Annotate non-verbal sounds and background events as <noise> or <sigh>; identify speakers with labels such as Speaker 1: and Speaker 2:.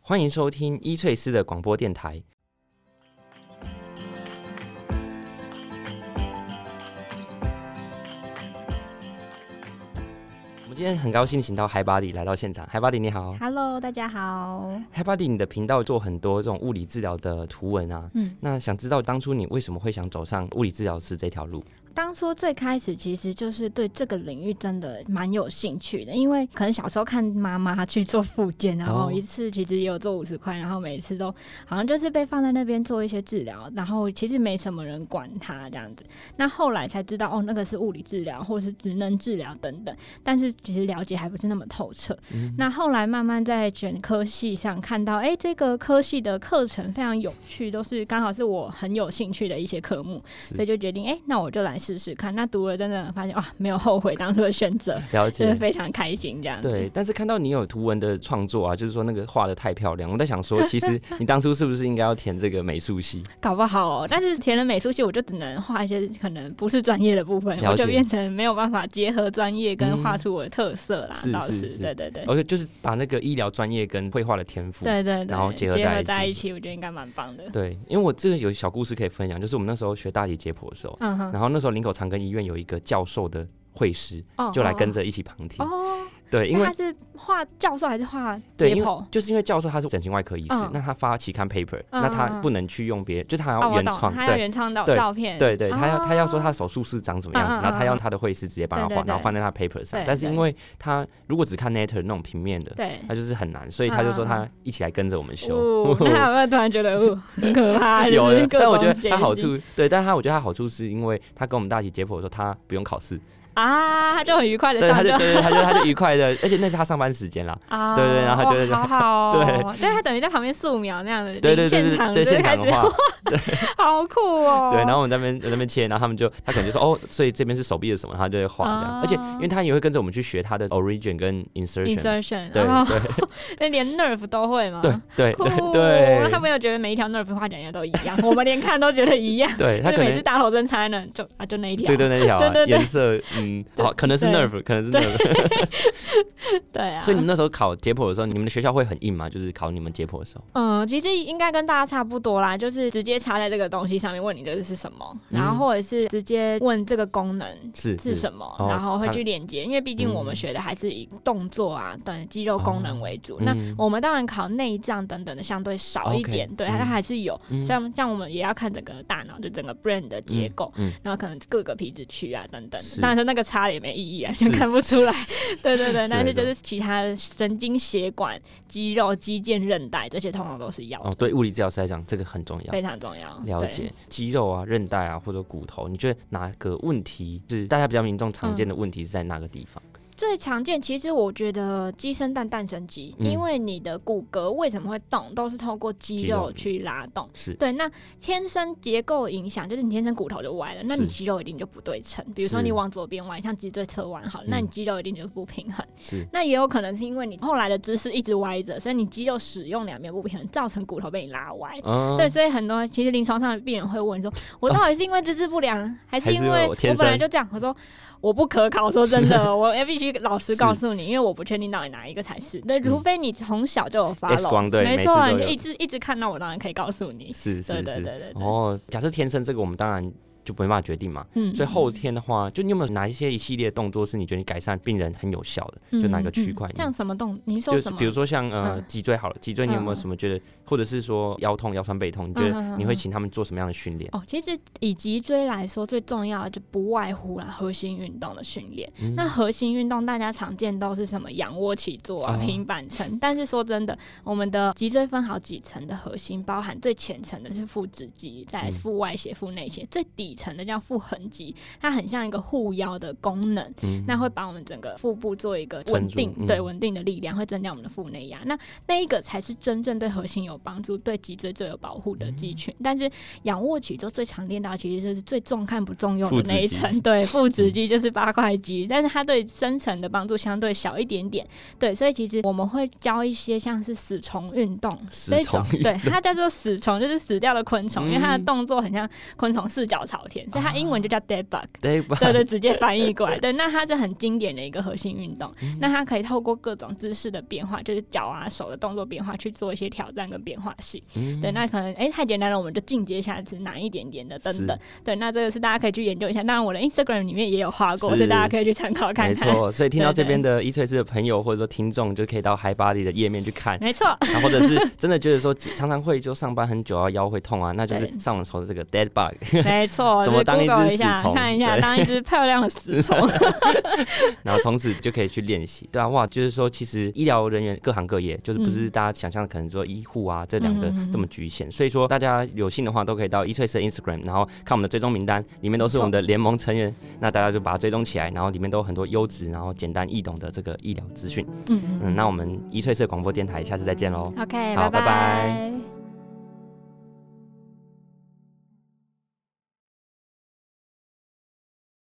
Speaker 1: 欢迎收听伊翠丝的广播电台。我们今天很高兴请到海巴里来到现场，海巴里你好。
Speaker 2: Hello，大家好。
Speaker 1: 海巴里，你的频道做很多这种物理治疗的图文啊，
Speaker 2: 嗯，
Speaker 1: 那想知道当初你为什么会想走上物理治疗师这条路？
Speaker 2: 当初最开始其实就是对这个领域真的蛮有兴趣的，因为可能小时候看妈妈去做复健，然后一次其实也有做五十块，然后每次都好像就是被放在那边做一些治疗，然后其实没什么人管它这样子。那后来才知道哦，那个是物理治疗或是职能治疗等等，但是其实了解还不是那么透彻。那后来慢慢在选科系上看到，哎、这个科系的课程非常有趣，都是刚好是我很有兴趣的一些科目，
Speaker 1: 是
Speaker 2: 所以就决定，哎、那我就来试试看。那读了真的发现，哇，没有后悔当初的选择，
Speaker 1: <laughs> 了
Speaker 2: 真的
Speaker 1: 解。
Speaker 2: 非常开心这样子。
Speaker 1: 对，但是看到你有图文的创作啊，就是说那个画的太漂亮，我在想说，其实你当初是不是应该要填这个美术系？
Speaker 2: 搞不好、哦，但是填了美术系，我就只能画一些可能不是专业的部分，
Speaker 1: 了解
Speaker 2: 我就变成没有办法结合专业跟
Speaker 1: 嗯
Speaker 2: 画出我的特色啦。
Speaker 1: 是
Speaker 2: 倒
Speaker 1: 是是
Speaker 2: 对对对。
Speaker 1: 而且就是把那个医疗专业跟绘画的天赋。
Speaker 2: 对对对，
Speaker 1: 然后结合在一起
Speaker 2: 在一起，我觉得应该蛮棒的。
Speaker 1: 对，因为我这个有小故事可以分享，就是我们那时候学大体解剖的时候，
Speaker 2: 嗯哼，
Speaker 1: 然后那时候林口长庚医院有一个教授的会师，
Speaker 2: 哦
Speaker 1: 就来跟着一起旁听。
Speaker 2: 哦，
Speaker 1: 对，因
Speaker 2: 因
Speaker 1: 为
Speaker 2: 为他是画教授还是画
Speaker 1: 对，
Speaker 2: 解
Speaker 1: 因为
Speaker 2: 剖？
Speaker 1: 就是因为教授他是整形外科医师
Speaker 2: 嗯，
Speaker 1: 那他发期刊 paper，
Speaker 2: 嗯
Speaker 1: 那他
Speaker 2: 嗯嗯
Speaker 1: 不能去用别，人，就是他
Speaker 2: 哦，
Speaker 1: 要
Speaker 2: 我
Speaker 1: 原
Speaker 2: 懂，
Speaker 1: 创，
Speaker 2: 他要
Speaker 1: 对。
Speaker 2: 原创到
Speaker 1: 对
Speaker 2: 照片，
Speaker 1: 对对，他要他要说他
Speaker 2: 哦
Speaker 1: 手术是长什么样子
Speaker 2: 嗯，嗯
Speaker 1: 然后他
Speaker 2: 嗯
Speaker 1: 用他的绘师直接帮他
Speaker 2: 对
Speaker 1: 画，
Speaker 2: 对
Speaker 1: 然后
Speaker 2: 对
Speaker 1: 放在他 paper 上
Speaker 2: 对。
Speaker 1: 但是
Speaker 2: 对
Speaker 1: 因为他如果只看 Nature 那种平面的，
Speaker 2: 对。嗯
Speaker 1: 他就是很难，所以他就说他一起来跟着我们修
Speaker 2: 哦，。
Speaker 1: <laughs>
Speaker 2: 那有没有突然觉得，哦，很可怕？
Speaker 1: 有
Speaker 2: 就是
Speaker 1: 的，
Speaker 2: 各
Speaker 1: 但我
Speaker 2: 种
Speaker 1: 觉
Speaker 2: 解
Speaker 1: 得他好
Speaker 2: 析
Speaker 1: 处，对，但他我觉得他好处是因为他跟我们大体解剖的时候，他不用考试，
Speaker 2: 啊，他就很愉快的
Speaker 1: 对，
Speaker 2: 上
Speaker 1: 他就
Speaker 2: 课
Speaker 1: 对对，他就他就愉快的，而且那是他上班时间啦，
Speaker 2: 啊，
Speaker 1: 对对然后他
Speaker 2: 哇
Speaker 1: 觉得就
Speaker 2: 好好哦，
Speaker 1: <laughs> 对
Speaker 2: 对，他等于在旁边素描那样的，
Speaker 1: 对对对
Speaker 2: 现
Speaker 1: 对
Speaker 2: 场
Speaker 1: 对，
Speaker 2: 就
Speaker 1: 现
Speaker 2: 是
Speaker 1: 场
Speaker 2: 开
Speaker 1: 的
Speaker 2: 始，
Speaker 1: 话，
Speaker 2: <laughs> 好酷哦，
Speaker 1: 对，然后我们在那边在那边切，然后他们就他可能就说哦，所以这边是手臂的什么，他就会画这
Speaker 2: 哦
Speaker 1: 样，而且因为他也会跟着我们去学他的 origin 跟 insertion，
Speaker 2: insertion，
Speaker 1: 对
Speaker 2: 然后
Speaker 1: 对
Speaker 2: 那连 nerve 都会吗？
Speaker 1: 对对
Speaker 2: <laughs> 酷，哦
Speaker 1: 对
Speaker 2: 那
Speaker 1: <laughs>
Speaker 2: 他
Speaker 1: 对
Speaker 2: 没有觉得每一条 nerve 画起来都一样，我们连看都觉得一样，
Speaker 1: 对，他
Speaker 2: 就
Speaker 1: 可
Speaker 2: 每次
Speaker 1: 能
Speaker 2: 打头针猜呢，就啊就那一条
Speaker 1: 这，个就那条啊
Speaker 2: <laughs> 对对对
Speaker 1: 颜色，
Speaker 2: <laughs>
Speaker 1: 嗯，
Speaker 2: 对
Speaker 1: 好，可能是
Speaker 2: 对
Speaker 1: nerve，可能是
Speaker 2: 对
Speaker 1: nerve，
Speaker 2: 对啊，
Speaker 1: 所以你们那时候考解剖的时候，你们的学校会很硬吗？就是考你们解剖的时候，
Speaker 2: 嗯，其实应该跟大家差不多啦，就是直接插在这个东西上面问你这个是什么，然后或者是直接问这个功能
Speaker 1: 嗯是
Speaker 2: 是
Speaker 1: 是
Speaker 2: 什么，
Speaker 1: 哦
Speaker 2: 然后会
Speaker 1: 它
Speaker 2: 去连接，因为毕竟我们
Speaker 1: 嗯
Speaker 2: 学的还是以动作啊等肌肉功能为主。那
Speaker 1: 嗯
Speaker 2: 我们当然考内脏等等的相对少一
Speaker 1: OK，
Speaker 2: 点对，
Speaker 1: 嗯
Speaker 2: 它还是有。
Speaker 1: 嗯
Speaker 2: 像像我们也要看整个大脑，就整个 brain 的结构，
Speaker 1: 嗯嗯
Speaker 2: 然后可能各个皮质区啊等等的
Speaker 1: 是。
Speaker 2: 当然说那个差也没意义啊，
Speaker 1: 是
Speaker 2: 就看不出
Speaker 1: <laughs>
Speaker 2: 来。对对对，
Speaker 1: 是
Speaker 2: 但
Speaker 1: 没
Speaker 2: 是就
Speaker 1: 错
Speaker 2: 是其他的神经、血管、肌肉、肌腱、韧带这些，通常都是要的
Speaker 1: 哦，对物理治疗师来讲，这个很重要。
Speaker 2: 非常重要。
Speaker 1: 了
Speaker 2: 对
Speaker 1: 解肌肉啊、韧带啊或者骨头，你觉得哪个问题是大家比较民众常见的问题是在哪个地方？
Speaker 2: 最常见，其实我觉得鸡生蛋，蛋生鸡，
Speaker 1: 嗯
Speaker 2: 因为你的骨骼为什么会动，都是透过肌
Speaker 1: 肌肉
Speaker 2: 肉去拉动。
Speaker 1: 是
Speaker 2: 对，那天生结构影响，就是你天生骨头就歪了，那
Speaker 1: 是
Speaker 2: 你肌肉一定就不对称。比如说
Speaker 1: 是
Speaker 2: 你往左边弯，像脊椎侧弯好了，那
Speaker 1: 嗯
Speaker 2: 你肌肉一定就不平衡。
Speaker 1: 是
Speaker 2: 那也有可能是因为你后来的姿势一直歪着，所以你肌肉使用两边不平衡，造成骨头被你拉歪。
Speaker 1: 嗯
Speaker 2: 哎
Speaker 1: 哦
Speaker 2: 对，所以很多其实临床上的病人会问说，我到底是因为姿势不良，还
Speaker 1: 还是
Speaker 2: 是
Speaker 1: 因
Speaker 2: 因
Speaker 1: 为
Speaker 2: 为
Speaker 1: 我
Speaker 2: 我
Speaker 1: 天
Speaker 2: 本
Speaker 1: 生
Speaker 2: 来就这样？我说我不可考，说
Speaker 1: <laughs>
Speaker 2: 真的，我必须老实告诉你，因为我不确定到底哪一个才是。对，除非你从小就有
Speaker 1: 嗯 X 光
Speaker 2: follow，
Speaker 1: 对每
Speaker 2: 没
Speaker 1: 次
Speaker 2: 错，
Speaker 1: 都
Speaker 2: 你
Speaker 1: 有
Speaker 2: 就一直一直看到我，当然可以告诉你。
Speaker 1: 是是
Speaker 2: 对对对
Speaker 1: 是。
Speaker 2: 对对，
Speaker 1: 哦，假设天生这个，我们当然就没办法决定嘛。
Speaker 2: 嗯
Speaker 1: 所以后天的话，就你有没有哪一些一系列动作是你觉得你改善病人很有效的？
Speaker 2: 嗯
Speaker 1: 就哪个
Speaker 2: 嗯
Speaker 1: 区块
Speaker 2: 嗯？像什么动？你说
Speaker 1: 就
Speaker 2: 什
Speaker 1: 是
Speaker 2: 么？
Speaker 1: 比如说像呃
Speaker 2: 嗯
Speaker 1: 脊椎好了，脊椎你有没有
Speaker 2: 嗯
Speaker 1: 什么觉得，或者是说腰痛、腰酸背痛，你觉
Speaker 2: 嗯嗯
Speaker 1: 得
Speaker 2: 嗯
Speaker 1: 你会
Speaker 2: 嗯
Speaker 1: 请他们做什么样的训练？
Speaker 2: 哦，其实以脊椎来说，最重要的就不外乎啦核心运动的训练。
Speaker 1: 嗯
Speaker 2: 那核心运动大家常见都是什么仰卧起坐啊、
Speaker 1: 哦
Speaker 2: 平板撑，但是说真的，我们的脊椎分好几层的核心，包含最浅层的是腹直肌，再来是
Speaker 1: 嗯
Speaker 2: 腹外斜、腹内斜，最底层的叫腹横肌，它很像一个护腰的功能。
Speaker 1: 嗯
Speaker 2: 那会把我们整个腹部做一个稳定
Speaker 1: 撑，住嗯
Speaker 2: 对稳定的力量，会增加我们的腹内压。那那一个才是真正对核心有帮助、对脊椎最有保护的
Speaker 1: 嗯
Speaker 2: 肌群。但是仰卧起坐最常练到，其实就是最重看不重用
Speaker 1: 腹
Speaker 2: 的
Speaker 1: 直
Speaker 2: 那一
Speaker 1: 肌嗯
Speaker 2: 层，对，腹直肌就是八块肌，但是它对深层的帮助相对小一点点。对，所以其实我们会教一些像是死虫运动
Speaker 1: 死
Speaker 2: 这
Speaker 1: 虫
Speaker 2: 种，
Speaker 1: 运
Speaker 2: 对，它叫做死虫，就是死掉的昆虫，因为它的
Speaker 1: 嗯
Speaker 2: 动作很像昆虫四脚朝聊天，所以它英文就叫 dead bug。
Speaker 1: 对
Speaker 2: <laughs>
Speaker 1: 吧？
Speaker 2: 对对，直接翻译过来。对，那它是很经典的一个核心运动。
Speaker 1: 嗯
Speaker 2: 那它可以透过各种姿势的变化，就是脚啊、手的动作变化，去做一些挑战跟变化性。
Speaker 1: 嗯
Speaker 2: 对，那可能哎、太简单了，我们就进阶下次难一点点的等
Speaker 1: 是
Speaker 2: 等。对，那这个是大家可以去研究一下。当然，我的 Instagram 里面也有画过，
Speaker 1: 是
Speaker 2: 所以大家可以去参考看
Speaker 1: 没
Speaker 2: 看。
Speaker 1: 错，所以听到这
Speaker 2: 对对
Speaker 1: 边的伊翠斯的朋友或者说听众，就可以到 Hi Body 的页面去
Speaker 2: <laughs>
Speaker 1: 看，<laughs>
Speaker 2: 没错，
Speaker 1: 啊，或者是真的觉得说常常会就上班很久啊，腰会痛啊，那就是
Speaker 2: 对
Speaker 1: 上网搜这个 dead bug， <laughs>
Speaker 2: 没错，
Speaker 1: 怎么
Speaker 2: 就是
Speaker 1: 当一只
Speaker 2: Google 一
Speaker 1: 死
Speaker 2: 下
Speaker 1: 虫
Speaker 2: 看一下，
Speaker 1: 对
Speaker 2: 当一只漂亮的死
Speaker 1: <laughs>
Speaker 2: 虫。
Speaker 1: 然后从此就可以去练习，对啊，哇，就是说其实医疗人员各行各业，就是不是大家想象的可能说医护啊这两个
Speaker 2: 嗯嗯嗯嗯
Speaker 1: 这么局限，所以说大家有幸的话都可以到伊翠斯的 Instagram，然后看我们的追踪名单，里面都是我们的联盟成员，那大家就把它追踪起来，然后里面都有很多优质，然后简单易懂的这个医疗资讯，
Speaker 2: 嗯嗯
Speaker 1: 嗯，那我们伊翠斯广播电台下次再见喽。
Speaker 2: ，OK，
Speaker 1: 好拜
Speaker 2: 拜
Speaker 1: 拜
Speaker 2: 拜